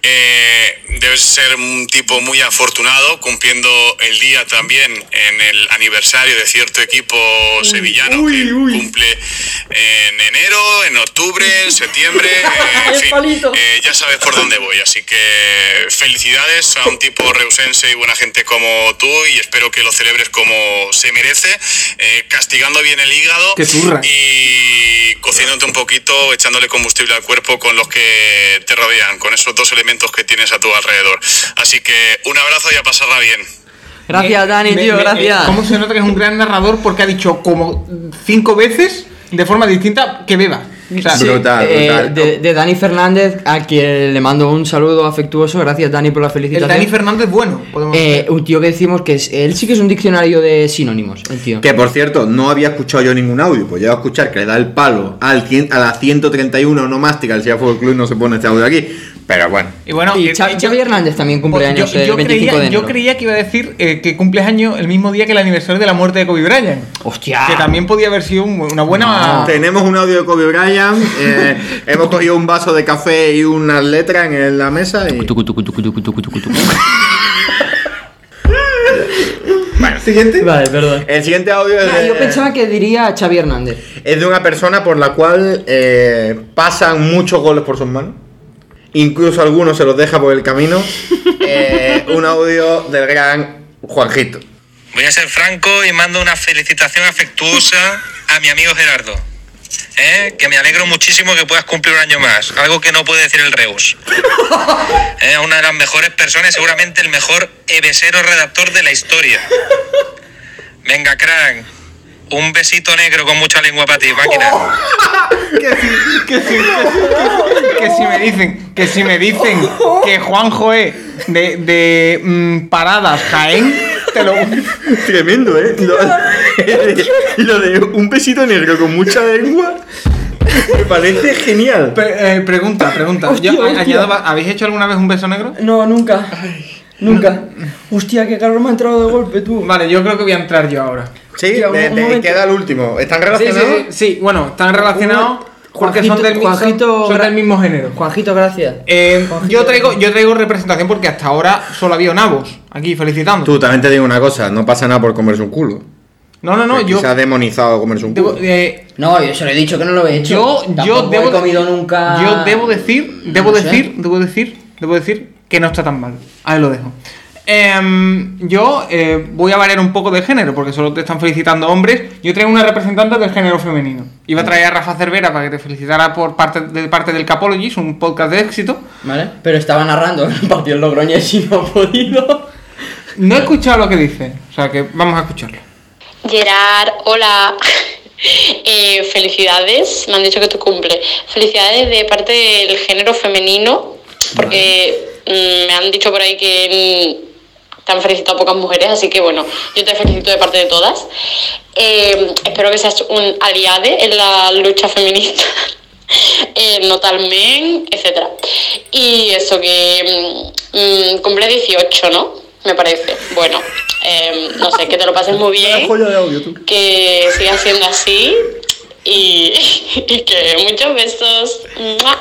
Eh, debes ser un tipo muy afortunado, cumpliendo el día también en el aniversario de cierto equipo sevillano que cumple en enero, en octubre, en septiembre, eh, en
El
fin,
palito.
eh, ya sabes por dónde voy, así que felicidades a un tipo reusense y buena gente como tú y espero que lo celebres como se merece, eh, castigando bien el hígado
Qué zurra.
y cocinándote un poquito, echándole combustible al cuerpo con los que te rodean, con esos dos elementos que tienes a tu alrededor. Así que un abrazo y a pasarla bien.
Gracias,
Me-
Dani,
me-
tío,
me-
gracias.
¿Cómo se nota que es un gran narrador? Porque ha dicho como cinco veces, de forma distinta, que beba. O sea,
Sí. Brutal,
Eh,
brutal.
de, de Dani Fernández, a quien le mando un saludo afectuoso. Gracias, Dani, por la
el
felicitación.
Dani Fernández bueno. podemos
Eh,
decir.
un tío que decimos que es. Él sí que es un diccionario de sinónimos, el tío.
Que por cierto, no había escuchado yo ningún audio, pues ya a escuchar que le da el palo al cien- a la 131 onomástica el Sevilla Fútbol Club no se pone este audio aquí. Pero bueno,
y bueno,
y
eh,
Xavi-
yo-
Xavi Hernández también cumple
yo-
años
yo,
el 25
creía,
de enero.
yo creía que iba a decir eh, que cumples años el mismo día que el aniversario de la muerte de Kobe Bryant.
Hostia.
Que también podía haber sido un- una buena.
No.
tenemos un audio de Kobe Bryant, eh, hemos cogido un vaso de café y unas letras en la mesa y...
Siguiente.
Vale, perdón.
El siguiente
Eh,
audio es de,
yo pensaba que diría Xavi Hernández.
es de una persona por la cual eh, pasan muchos goles por sus manos. Incluso algunos se los deja por el camino. Eh, un audio del gran Juanjito.
Voy a ser franco y mando una felicitación afectuosa a mi amigo Gerardo. ¿eh? Que me alegro muchísimo que puedas cumplir un año más. Algo que no puede decir el Reus. ¿Eh? Una de las mejores personas, seguramente el mejor evesero redactor de la historia. Venga, crack. Un besito negro con mucha lengua para ti, máquina.
que si, que si, que si- que si me dicen, que si me dicen que Juanjo es de, de mm, Paradas Jaén, te lo.
Tremendo, ¿eh? Lo, lo de un besito negro con mucha lengua me parece genial.
Pre- eh, pregunta, pregunta.
Hostia,
Yo a-
hostia.
añado, ¿Habéis hecho alguna vez un beso negro?
No, nunca. Nunca. Hostia, qué calor me ha entrado de golpe, tú.
Vale, yo creo que voy a entrar yo ahora.
Sí,
Hostia, un-
te-
un
te
momento.
queda el último. ¿Están
Sí, sí,
relacionados?
sí, sí, bueno, están relacionados porque son
Uh, Juanjito-
del, mi- son-
Juanjito-
son del mismo género.
Juanjito, gracias.
Eh,
Juanjito-
yo traigo, yo traigo representación porque hasta ahora solo había nabos aquí felicitando.
Tú también te digo una cosa, no pasa nada por comerse un culo.
No, no, no,
Que
yo
Se ha demonizado comerse un
debo-
culo.
eh,
No, yo se lo he dicho que no lo he hecho.
Yo, yo
Tampoco
debo
he comido nunca.
Yo debo decir, debo
No sé.
decir, debo decir, debo decir que no está tan mal. Ahí lo dejo. Em, yo eh, voy a variar un poco de género, porque solo te están felicitando hombres. Yo traigo una representante del género femenino. Iba a traer a Rafa Cervera para que te felicitara por parte de parte del Capologies, un podcast de éxito.
Vale, pero estaba narrando en el partido en Logroñés y no ha podido.
No he escuchado lo que dice, o sea que vamos a escucharlo.
Gerard, hola. Eh, felicidades, me han dicho que tú cumple. Felicidades de parte del género femenino, porque mm, me han dicho por ahí que mm, te han felicitado pocas mujeres, así que bueno, yo te felicito de parte de todas. Eh, espero que seas un aliade en la lucha feminista, eh, no tal men, etc. Y eso que mm, mm, cumple 18, ¿no? Me parece. Bueno, em, no sé, que te lo pases muy bien que siga siendo así y, y que muchos besos. ¡Mua!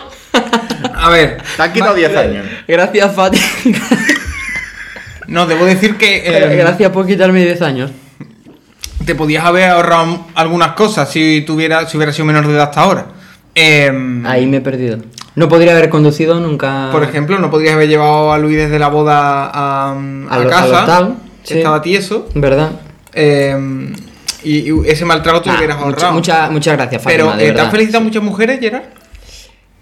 A ver,
Te han quitado 10 años.
Gracias, Fati.
no, debo decir que. em,
Gracias por quitarme 10 años.
te podías haber ahorrado algunas cosas si tuviera, si hubiera sido menor de edad hasta ahora. Em,
Ahí me he perdido. No podría haber conducido nunca.
Por ejemplo, no podrías haber llevado a Luis desde la boda a, a
Al- al
casa.
hotel, sí.
Estaba tieso.
¿Verdad?
em, y, y ese mal trago te lo
Nah,
hubieras
mucha-
ahorrado.
Ah, mucha- muchas gracias, Fátima.
Pero,
de
eh, ¿te han
verdad.
felicitado muchas mujeres, Gerard?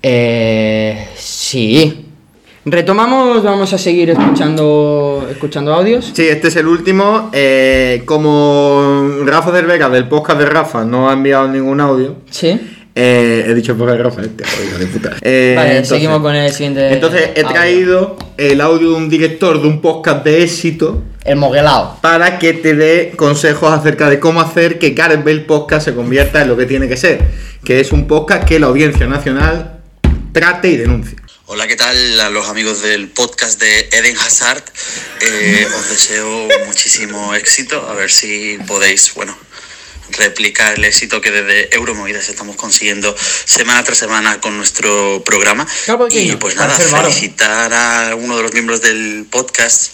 Eh, sí. Retomamos, vamos a seguir escuchando, escuchando audios.
Sí, este es el último. Eh, como Rafa Cervera del podcast de Rafa no ha enviado ningún audio,
Sí.
Eh, he dicho poca roja, este, joder, hijo de puta. Eh,
Vale,
entonces-
seguimos con el siguiente.
Entonces he
audio.
traído el audio de un director de un podcast de éxito
El moguelao.
para que te dé consejos acerca de cómo hacer que Gareth Bale Podcast se convierta en lo que tiene que ser, que es un podcast que la audiencia nacional trate y denuncie.
Hola, ¿qué tal a los amigos del podcast de Eden Hazard? Eh, os deseo muchísimo éxito, a ver si podéis, bueno, replicar el éxito que desde Euromovidas estamos consiguiendo semana tras semana con nuestro programa.
Caballeño,
Y pues nada,
parece bárbaro.
felicitar a uno de los miembros del podcast.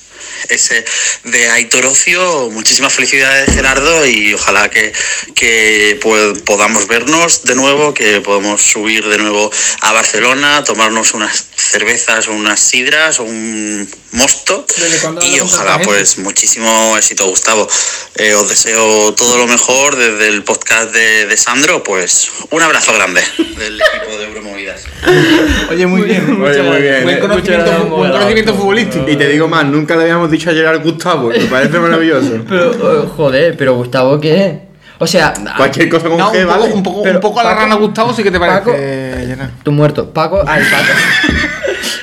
Ese de Aitor Ocio, muchísimas felicidades Gerardo y ojalá que, que pod- podamos vernos de nuevo, que podamos subir de nuevo a Barcelona, tomarnos unas cervezas o unas sidras o un mosto
Desde cuando
y
hablamos
ojalá
tanta
pues muchísimo éxito Gustavo. Eh, os deseo todo lo mejor desde el podcast de, de Sandro, pues un abrazo grande del equipo de Euromovidas.
Oye, muy bien.
Oye, muy bien.
Buen
eh.
conocimiento,
Muchas gracias,
buen conocimiento futbolístico.
Y te digo más, nunca le habíamos dicho a Gerard Gustavo, me parece maravilloso.
Pero, eh, joder, pero Gustavo, ¿qué? O sea,
Cualquier cosa con
No, un
G,
poco,
¿vale?
un poco,
Pero
un poco a la
Paco-
rana Gustavo sí que te parece.
Paco-
Gerard.
tú muerto. Paco, ay, Paco.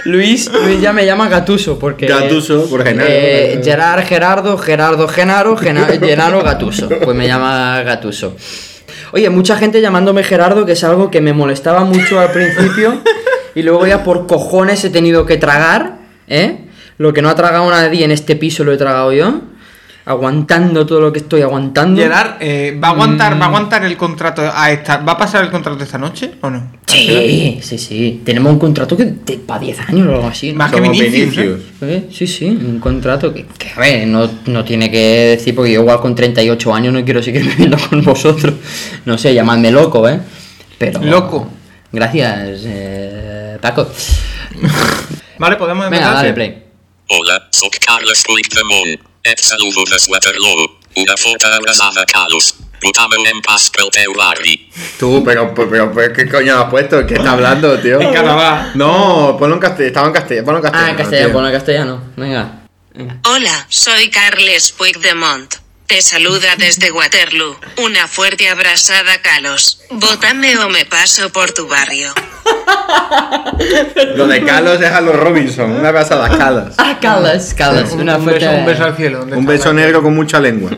Luis, Luis ya me llama Gatuso porque.
Gattuso, por Genaro.
Eh, Gerard, Gerardo, Gerardo, Genaro, Gena- Genaro, Gatuso. Pues me llama Gatuso. Oye, mucha gente llamándome Gerardo, que es algo que me molestaba mucho al principio. y luego ya por cojones he tenido que tragar, ¿eh? Lo que no ha tragado nadie en este piso lo he tragado yo. Aguantando todo lo que estoy aguantando.
Gerard, eh, ¿va a aguantar,
Mm.
va a aguantar el contrato a esta, va a pasar el contrato esta noche o no?
Sí, sí, sí. Tenemos un contrato que para 10 años o algo así. ¿no?
Más que
Somos
Vinicius. ¿eh?
Vinicius.
Eh, Sí, sí, un contrato que, que, a ver, no, no tiene que decir, porque yo igual con 38 años no quiero seguir viviendo con vosotros. No sé, llamadme loco, ¿eh? Pero,
Loco.
Gracias, eh, Paco.
Vale, podemos
Venga,
empezar.
dale, play.
Hola, soy Carlos Puigdemont. Et saludo desde Waterloo. Una foto abrazada, Carlos. Botame en paz pel teu barri.
Tú, pero, pero, pero, pero, ¿qué coño has puesto? ¿Qué estás hablando, tío?
En catalán.
No, ponlo en castellano, estaba en castellano, ponlo en castellano.
Ah, en castellano,
tío.
ponlo en castellano. Venga.
Hola, soy Carles Puigdemont. Te saluda desde Waterloo. Una fuerte abrazada, Calos. Votame o me paso por tu barrio.
Lo de Carlos es a los Robinson, una pasada, Carlos.
Ah, Calas, Calas.
Un,
Una
un
fuerte-
beso, un beso al cielo. ¿dónde
Un
está?
beso negro con mucha lengua.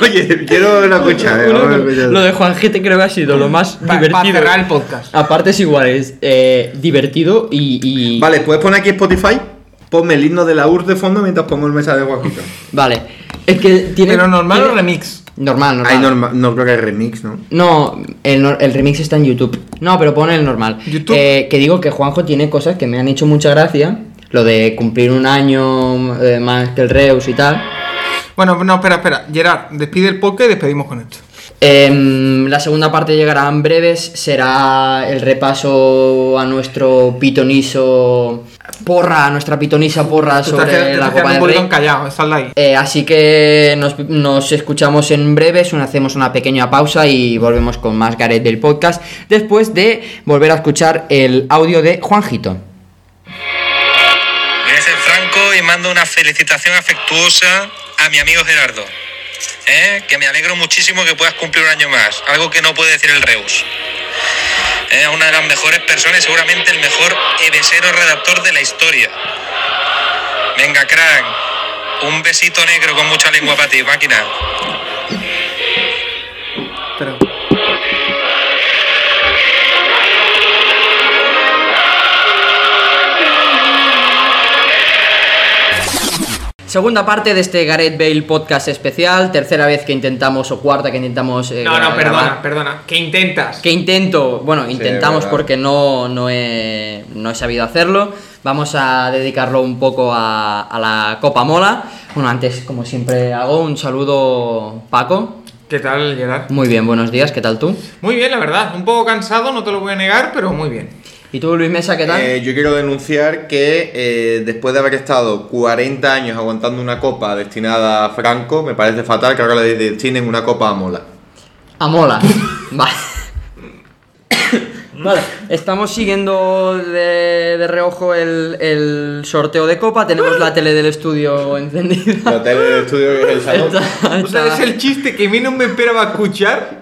Oye, quiero una escuchar, eh, vamos a escuchar.
Lo de Juanjete creo que ha sido lo más
Pa- pa
divertido. Ah,
cerrar el podcast.
Aparte es igual, es eh, divertido y, y-
Vale, ¿puedes poner aquí Spotify? Ponme el himno de la URSS de fondo mientras pongo el mensaje de Guajito.
Vale. Es que tiene...
Pero normal
tiene-
o remix.
Normal, normal.
Ay, norma- no creo que hay remix, ¿no?
No, el, nor- el remix está en YouTube. No, pero pone el normal.
¿YouTube?
Eh, que digo que Juanjo tiene cosas que me han hecho mucha gracia. Lo de cumplir un año eh, más que el Reus y tal.
Bueno, no, espera, espera. Gerard, despide el podcast y despedimos con esto.
Em, la segunda parte llegará en breves. Será el repaso a nuestro pitoniso porra, a nuestra pitonisa porra
Tú estás
sobre
quedando-
la
estás
Copa
quedando
del
un
Rey.
poquito callado, sal de ahí.
Eh, así que nos, nos escuchamos en breves, una- hacemos una pequeña pausa y volvemos con más Gareth del podcast después de volver a escuchar el audio de Juanjito.
Voy a ser franco y mando una felicitación afectuosa a mi amigo Gerardo. ¿eh? Que me alegro muchísimo que puedas cumplir un año más. Algo que no puede decir el Reus. Es una de las mejores personas, seguramente el mejor evesero redactor de la historia. Venga, crack. Un besito negro con mucha lengua para ti, máquina.
Espera.
Segunda parte de este Gareth Bale podcast especial, tercera vez que intentamos o cuarta que intentamos... eh,
No, no,
gra-
perdona,
grabar.
perdona. ¿Qué intentas?
Que intento, bueno, intentamos
verdad.
porque no, no, he, no he sabido hacerlo. Vamos a dedicarlo un poco a, a la Copa Mola. Bueno, antes, como siempre hago, un saludo Paco.
¿Qué tal, Gerard?
Muy bien, buenos días, ¿qué tal tú?
Muy bien, la verdad. Un poco cansado, no te lo voy a negar, pero muy bien.
¿Y tú, Luis Mesa, qué tal?
Eh, yo quiero denunciar que eh, después de haber estado 40 años aguantando una copa destinada a Franco, me parece fatal que ahora le destinen una copa a Mola.
A Ah, mola. vale. Vale, estamos siguiendo de, de reojo el, el sorteo de copa. Tenemos la tele del estudio encendida.
La tele del estudio que es el salón.
Está-
O sea,
está-
es el chiste que a mí no me esperaba escuchar,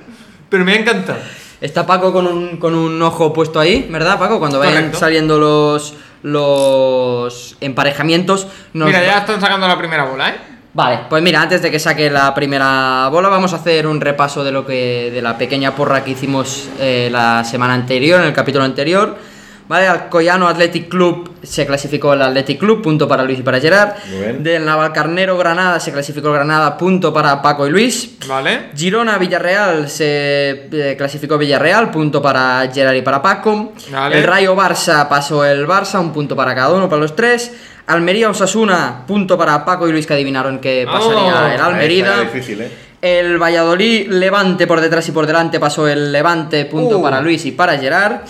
pero me ha encantado.
Está Paco con un, con un ojo puesto ahí, ¿verdad, Paco? Cuando vayan
Correcto.
saliendo los, los emparejamientos. nos
Mira, ya
va-
están sacando la primera bola, ¿eh?
Vale, pues mira, antes de que saque la primera bola, vamos a hacer un repaso de lo que. de la pequeña porra que hicimos eh, la semana anterior, en el capítulo anterior. Vale, Alcoyano Athletic Club se clasificó el Athletic Club, punto para Luis y para Gerard.
Muy bien.
Del Navalcarnero Granada se clasificó el Granada, punto para Paco y Luis.
Vale.
Girona Villarreal se eh, clasificó Villarreal, punto para Gerard y para Paco.
Vale.
El Rayo Barça pasó el Barça, un punto para cada uno, para los tres. Almería Osasuna, punto para Paco y Luis que adivinaron que
Vamos.
pasaría el
Ahí
Almería.
está difícil, ¿eh?
El Valladolid Levante por detrás y por delante pasó el Levante, punto
Uh.
para Luis y para Gerard.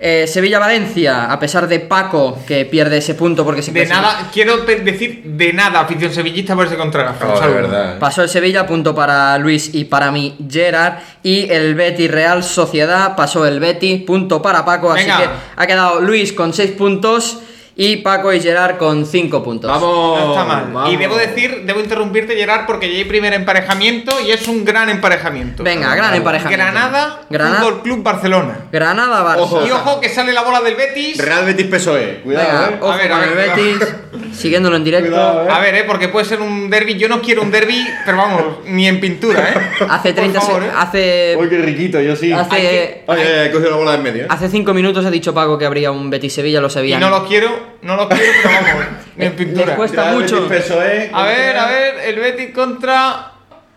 Eh, Sevilla-Valencia, a pesar de Paco que pierde ese punto porque se
De
clasifica-
nada, quiero pe- decir de nada, afición sevillista, por ese contragazo.
Oh,
Un
de
saludo.
verdad.
Pasó el Sevilla, punto para Luis y para mí Gerard. Y el Betty Real Sociedad pasó el Betty, punto para Paco. Así
Venga.
que ha quedado Luis con 6 puntos y Paco y Gerard con 5 puntos.
No
Vamos.
está mal. Y
vamos.
debo decir, debo interrumpirte, Gerard, porque ya hay primer emparejamiento y es un gran emparejamiento.
Venga, gran emparejamiento.
Granada,
Granada.
Fútbol Club Barcelona.
Granada, Barça.
Ojo.
Y ojo que sale la bola del Betis.
Real Betis PSOE. Cuidado,
Venga,
¿eh?
ojo
A ver, a
con el
ver,
Betis. Siguiéndolo en directo.
Cuidado,
A ver, eh, porque puede ser un derby. Yo no quiero un derby, pero vamos, ni en pintura, eh.
Hace
Por
30
favor,
se-
eh.
hace,
Uy, qué riquito, yo sí.
hace,
Oye, he cogido la bola de en medio. ¿eh?
hace 5 minutos ha dicho Paco que habría un Betis Sevilla, lo
Y
sabían.
no lo quiero, no lo quiero, pero vamos, ni en
Les
pintura.
cuesta-
Real
mucho.
Betis PSOE.
A ver, a ver, el Betis contra.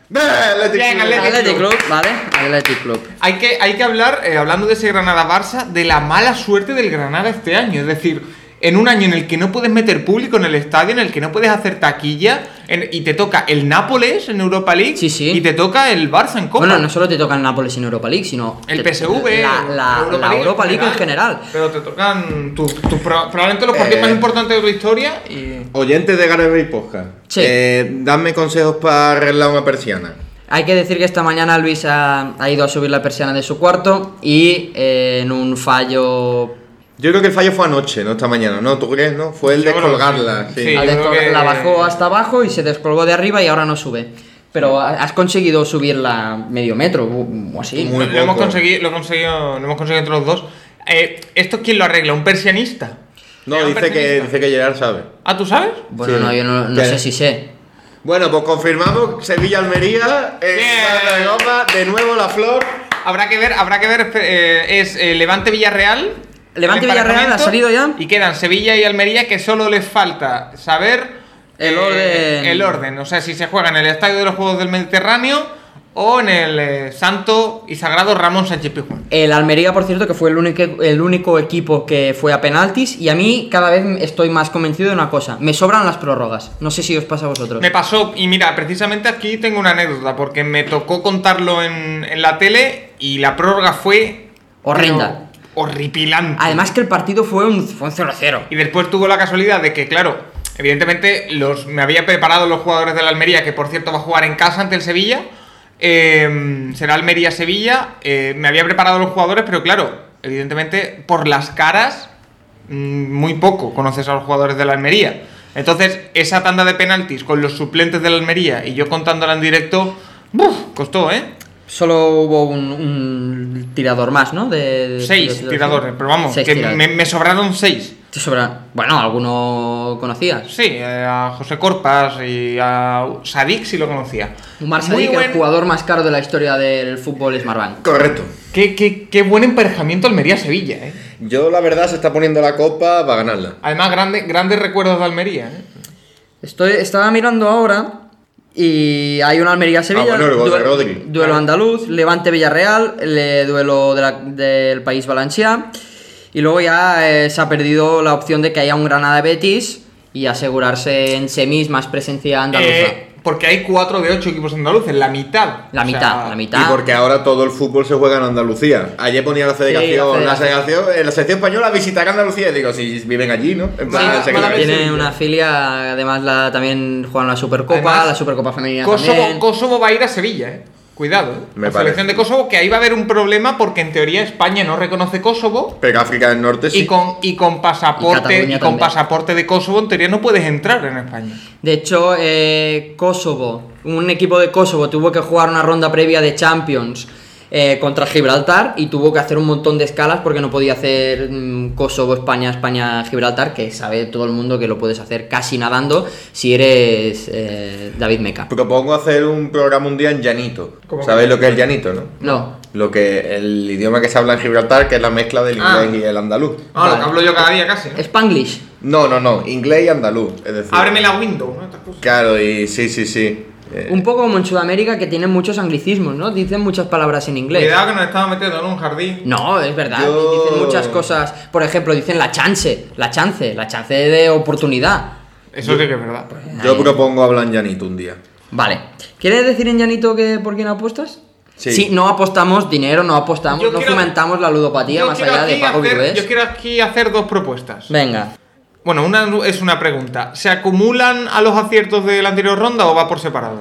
Venga,
Venga,
Athletic
Athletic
Club.
Club, ¿vale? Athletic Club.
Hay que, hay que hablar, eh, hablando de ese Granada-Barça, de la mala suerte del Granada este año. Es decir, en un año en el que no puedes meter público en el estadio, en el que no puedes hacer taquilla, en- y te toca el Nápoles en Europa League,
Sí, sí.
y te toca el Barça en Copa.
Bueno, no solo te toca el Nápoles en Europa League, sino.
el
te-
PSV,
La, la- la Europa, League en general.
Pero te tocan tus- tus pro- probablemente los partidos
Eh.
más importantes de tu historia. Y...
Oyentes de Gareth Bale Podcast.
Sí.
Eh, dame consejos para arreglar una persiana.
Hay que decir que esta mañana Luis ha, ha ido a subir la persiana de su cuarto y eh, en un fallo
Yo creo que el fallo fue anoche, no esta mañana, ¿no? ¿Tú crees, no? Fue el
Yo
de
creo que
colgarla.
sí.
Sí.
Sí.
al
yo
descol-
creo que-
la bajó hasta abajo y se descolgó de arriba y ahora no sube. Pero ha- has conseguido subirla medio metro u- o así.
Muy
lo, hemos
poco.
conseguido, lo, conseguido, lo hemos conseguido entre los dos. Eh, ¿Esto quién lo arregla? ¿Un persianista?
No,
¿Era un
dice que,
persianista?
dice que Gerard sabe.
¿Ah, tú sabes?
Bueno,
Sí.
no, yo no, no
¿Qué?
sé si sé.
Bueno, pues confirmamos Sevilla-Almería, eh,
Bien.
Banda de Copa, de nuevo la flor.
Habrá que ver, habrá que ver. eh, es eh, Levante Villarreal.
Levante
El
Villarreal, ¿ha salido ya?
Y quedan Sevilla y Almería que solo les falta saber eh,
El orden.
El orden, o sea, si se juega en el Estadio de los Juegos del Mediterráneo o en el eh, Santo y Sagrado Ramón Sánchez Pizjuán.
El Almería, por cierto, que fue el único, el único equipo que fue a penaltis y a mí cada vez estoy más convencido de una cosa. Me sobran las prórrogas. No sé si os pasa a vosotros.
Me pasó, y mira, precisamente aquí tengo una anécdota, porque me tocó contarlo en, en la tele y la prórroga fue.
Horrenda.
pero, Horripilante.
Además que el partido fue un fue un 0-0.
Y después tuvo la casualidad de que, claro, evidentemente los, me había preparado los jugadores de la Almería, que por cierto va a jugar en casa ante el Sevilla. eh, será Almería-Sevilla. eh, me había preparado los jugadores, pero claro, evidentemente por las caras, mm, muy poco conoces a los jugadores de la Almería. Entonces, esa tanda de penaltis con los suplentes de la Almería y yo contándola en directo, ¡buf! costó, ¿eh?
Solo hubo un, un tirador más, ¿no? De, de-
Seis
de-
tiradores, Eh, pero vamos,
Seis
que
tiradores.
me- me sobraron seis.
Te sobra- Bueno, alguno conocías.
Sí, eh, a José Corpas y a Sadik sí lo conocía.
Umar
Muy
Sadik, el
buen-
jugador más caro de la historia del fútbol Smartbank.
Correcto.
Qué, qué- qué buen emparejamiento Almería-Sevilla, ¿eh?
Yo, la verdad, se está poniendo la copa para ganarla.
Además, grande- grandes recuerdos de Almería, ¿eh?
Estoy, estaba mirando ahora y hay una Almería-Sevilla,
Ah, bueno, el gol de
due-
Rodri.
duelo
Ah.
andaluz, Levante-Villarreal, le- duelo de la- del país Valenciá y luego ya eh, se ha perdido la opción de que haya un Granada-Betis y asegurarse en semis más presencia andaluza.
Eh, porque hay cuatro de ocho equipos andaluces, la mitad.
la
O sea,
mitad, la mitad.
Y porque ahora todo el fútbol se juega en Andalucía. Ayer ponía la federación,
Sí, la
la, federación, eh, la selección española visitará Andalucía. Y digo, si viven allí, ¿no? En plan,
Mala-
no sé qué.
mala vez-
Tiene una filia, además la, también juegan la Supercopa,
Además,
la Supercopa Femenina
Kosovo,
también.
Kosovo va a ir a Sevilla, ¿eh? Cuidado, ¿eh?
Me
la
parece.
selección de Kosovo, que ahí va a haber un problema porque en teoría España no reconoce Kosovo.
Pero África del Norte sí.
Y con, y con pasaporte
Cataluña
y con
también.
pasaporte de Kosovo en teoría no puedes entrar en España.
De hecho, eh, Kosovo, un equipo de Kosovo tuvo que jugar una ronda previa de Champions eh, contra Gibraltar y tuvo que hacer un montón de escalas porque no podía hacer mm, Kosovo, España, España, Gibraltar, que sabe todo el mundo que lo puedes hacer casi nadando si eres eh, David Meca.
Propongo hacer un programa un día en llanito.
¿Cómo que?
¿Sabéis lo que es llanito, no?
No.
Lo que el idioma que se habla en Gibraltar, que es la mezcla del inglés
Ah.
y el andaluz.
Ah, lo
Vale.
que hablo yo cada día casi. ¿no?
Spanglish.
No, no, no, inglés y andaluz, es decir.
Ábreme la window, ¿no? Estas cosas.
Claro, y sí, sí, sí. Eh,
Un poco como en Sudamérica que tienen muchos anglicismos, ¿no? Dicen muchas palabras en inglés.
Cuidado que nos estamos metiendo en un jardín.
No, es verdad.
Yo-
Dicen muchas cosas. Por ejemplo, dicen la chance, la chance, la chance de oportunidad.
Eso sí que es verdad.
yo propongo hablar en llanito un día.
Vale. ¿Quieres decir en llanito que por quién apuestas?
Sí.
no apostamos dinero, no apostamos,
Yo
no
quiero-
fomentamos la ludopatía
Yo
más
quiero
allá de
aquí
Paco
hacer-
Virués.
Yo quiero aquí hacer dos propuestas.
Venga.
Bueno, una es una pregunta. ¿Se acumulan a los aciertos de la anterior ronda o va por separado?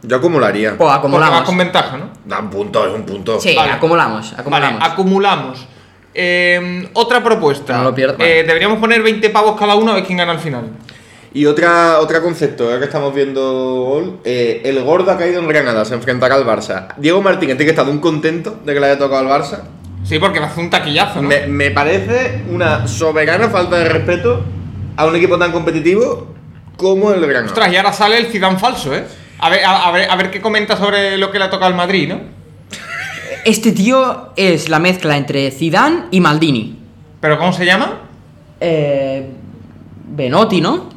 Yo acumularía.
Pues
Porque
acumulamos.
va con ventaja, ¿no?
Da un punto, es un punto.
Sí,
Vale.
acumulamos, acumulamos.
Vale, acumulamos. Eh, otra propuesta.
No lo pierdas.
Eh, deberíamos poner 20 pavos cada uno a ver quién gana al final.
Y otra, otra concepto, ahora que estamos viendo gol, eh, el gordo ha caído en Granada, se enfrentará al Barça. Diego Martínez tiene que estar de un contento de que le haya tocado al Barça.
Sí, porque me hace un taquillazo, ¿no?
Me, me parece una soberana falta de respeto a un equipo tan competitivo como el Granada.
Ostras, y ahora sale el Zidane falso, ¿eh? A ver, a, a ver, a ver qué comenta sobre lo que le ha tocado al Madrid, ¿no?
Este tío es la mezcla entre Zidane y Maldini.
¿Pero cómo se llama?
Eh, Benotti, ¿no?
No,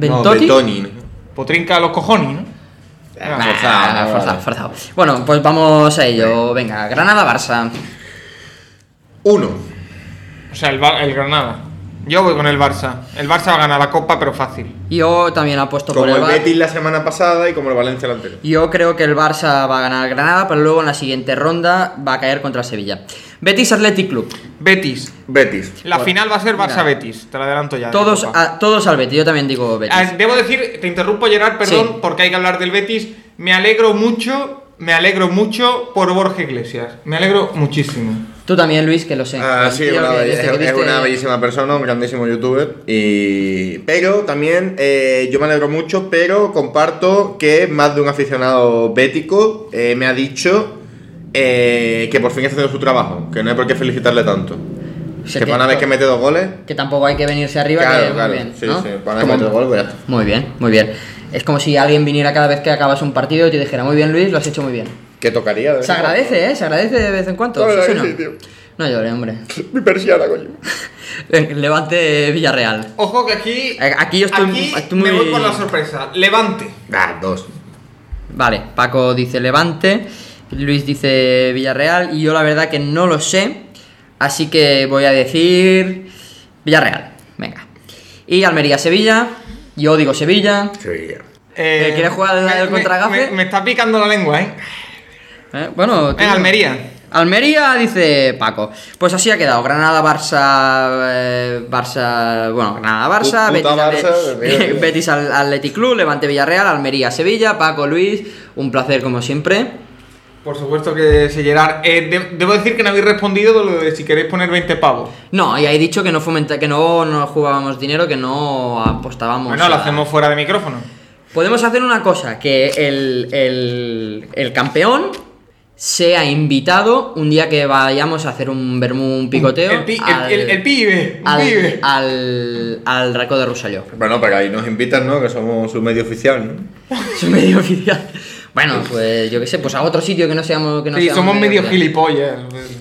Bentotti.
Betoni, ¿no?
Potrinca a los cojones, ¿no?
Nah,
Ah, forzado,
forzado,
vale.
forzado. Bueno, pues vamos a ello. Venga, Granada-Barça.
Uno.
O sea, el, Bar- el Granada. Yo voy con el Barça. El Barça va a ganar la Copa, pero fácil.
Yo también apuesto
Como
por el
el
Bar-
Betis la semana pasada y como el Valencia la anterior.
Yo creo que el Barça va a ganar al Granada, pero luego en la siguiente ronda va a caer contra el Sevilla. Betis Athletic Club.
Ah,
Betis.
Betis.
La
Bueno,
final va a ser
mira.
Barça-Betis. Te lo adelanto ya. de
Todos,
Copa.
a- todos al Betis, yo también digo Betis.
Ah, Debo decir, te interrumpo Gerard, perdón,
Sí.
porque hay que hablar del Betis. Me alegro mucho, me alegro mucho por Borja Iglesias. Me alegro muchísimo.
Tú también, Luis, que lo sé.
Ah,
El
sí,
tío
una
que
belle-
desde
es,
que
es
viste-
una bellísima persona, un grandísimo youtuber. Y... Pero también eh, yo me alegro mucho, pero comparto que más de un aficionado bético eh, me ha dicho eh, que por fin está haciendo su trabajo, que no hay por qué felicitarle tanto.
O sea
Que para una vez que mete dos goles.
que tampoco hay que venirse arriba. que
Claro,
muy
claro.
bien,
sí,
¿no?
sí, para una vez que
Como-
mete dos goles, pues ya está.
Muy bien, muy bien. Es como si alguien viniera cada vez que acabas un partido y te dijera, muy bien, Luis, lo has hecho muy bien.
Que tocaría. de
Se
verdad.
agradece, ¿eh? Se agradece de vez en cuando.
La
¿sí,
verdad
sí,
que
no?
sí, tío.
no llore, hombre.
Mi persiana, coño.
Levante Villarreal.
Ojo que aquí.
Eh, aquí yo estoy-
aquí
estoy muy-
Me voy por la sorpresa. Levante.
Ah, dos.
Vale, Paco dice Levante, Luis dice Villarreal y yo la verdad que no lo sé, así que voy a decir Villarreal. Venga. Y Almería-Sevilla, yo digo Sevilla.
Sevilla.
Eh, ¿quieres jugar al-
me-
al
me-
contragafe?
Me, me está picando la lengua, ¿eh?
Eh, bueno,
En
tiene-
Almería.
Almería dice Paco. Pues así ha quedado. Granada, Barça, eh, Barça, bueno, Granada, Barça,
Puta
Betis,
Barça,
Atle-
mira, mira.
Betis Al- Athletic Club, Levante Villarreal, Almería, Sevilla, Paco, Luis, un placer como siempre.
Por supuesto que se Gerard. Eh, de- debo decir que no habéis respondido de lo de si queréis poner 20 pavos.
No, ya he dicho que no fomenta, que no, no jugábamos dinero, que no apostábamos.
Bueno, lo
a-
hacemos fuera de micrófono.
Podemos hacer una cosa, que el, el- el campeón sea invitado un día que vayamos a hacer un vermú, un picoteo.
El, pi- el-
al,
el- el pibe. un
al,
pibe.
al- al Raco de Rusalló.
Bueno, pero ahí nos invitan, ¿no? Que somos su medio oficial, ¿no?
Es un medio oficial. Bueno, pues yo qué sé, pues a otro sitio que no seamos... Que no
sí,
sea un
somos medio
oficial.
gilipollas.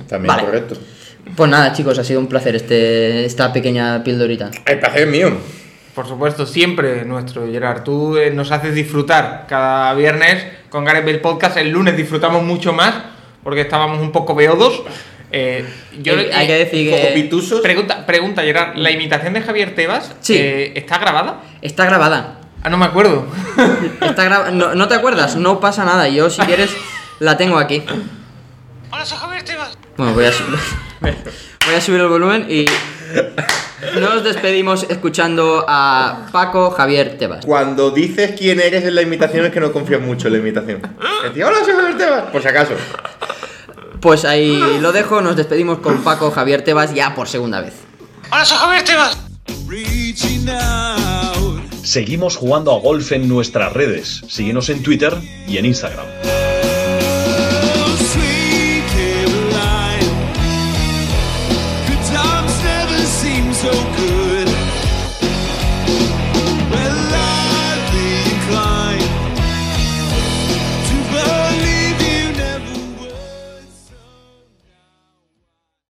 También
Vale.
correcto.
Pues nada, chicos, ha sido un placer este, esta pequeña pildorita.
El placer es mío.
Por supuesto, siempre nuestro, Gerard. Tú eh, nos haces disfrutar cada viernes con Gareth Bale Podcast. El lunes disfrutamos mucho más porque estábamos un poco beodos. Eh, yo-
Eh, hay que decir
poco
que
pitusos.
Pregunta, pregunta, Gerard. ¿La imitación de Javier Tebas
Sí.
eh, está grabada?
está grabada.
Ah, no me acuerdo.
Está graba- no, no te acuerdas, no pasa nada. Yo, si quieres, la tengo aquí.
Hola, soy Javier Tebas.
Bueno, voy a, su- voy a subir el volumen y nos despedimos escuchando a Paco Javier Tebas.
Cuando dices quién eres en la imitación es que no confías mucho en la imitación. Que te- Hola, soy Javier Tebas. Por si acaso.
Pues ahí lo dejo, nos despedimos con Paco Javier Tebas ya por segunda vez.
Hola, soy Javier Tebas.
Seguimos jugando a golf en nuestras redes. Síguenos en Twitter y en Instagram.
Sweet
so good.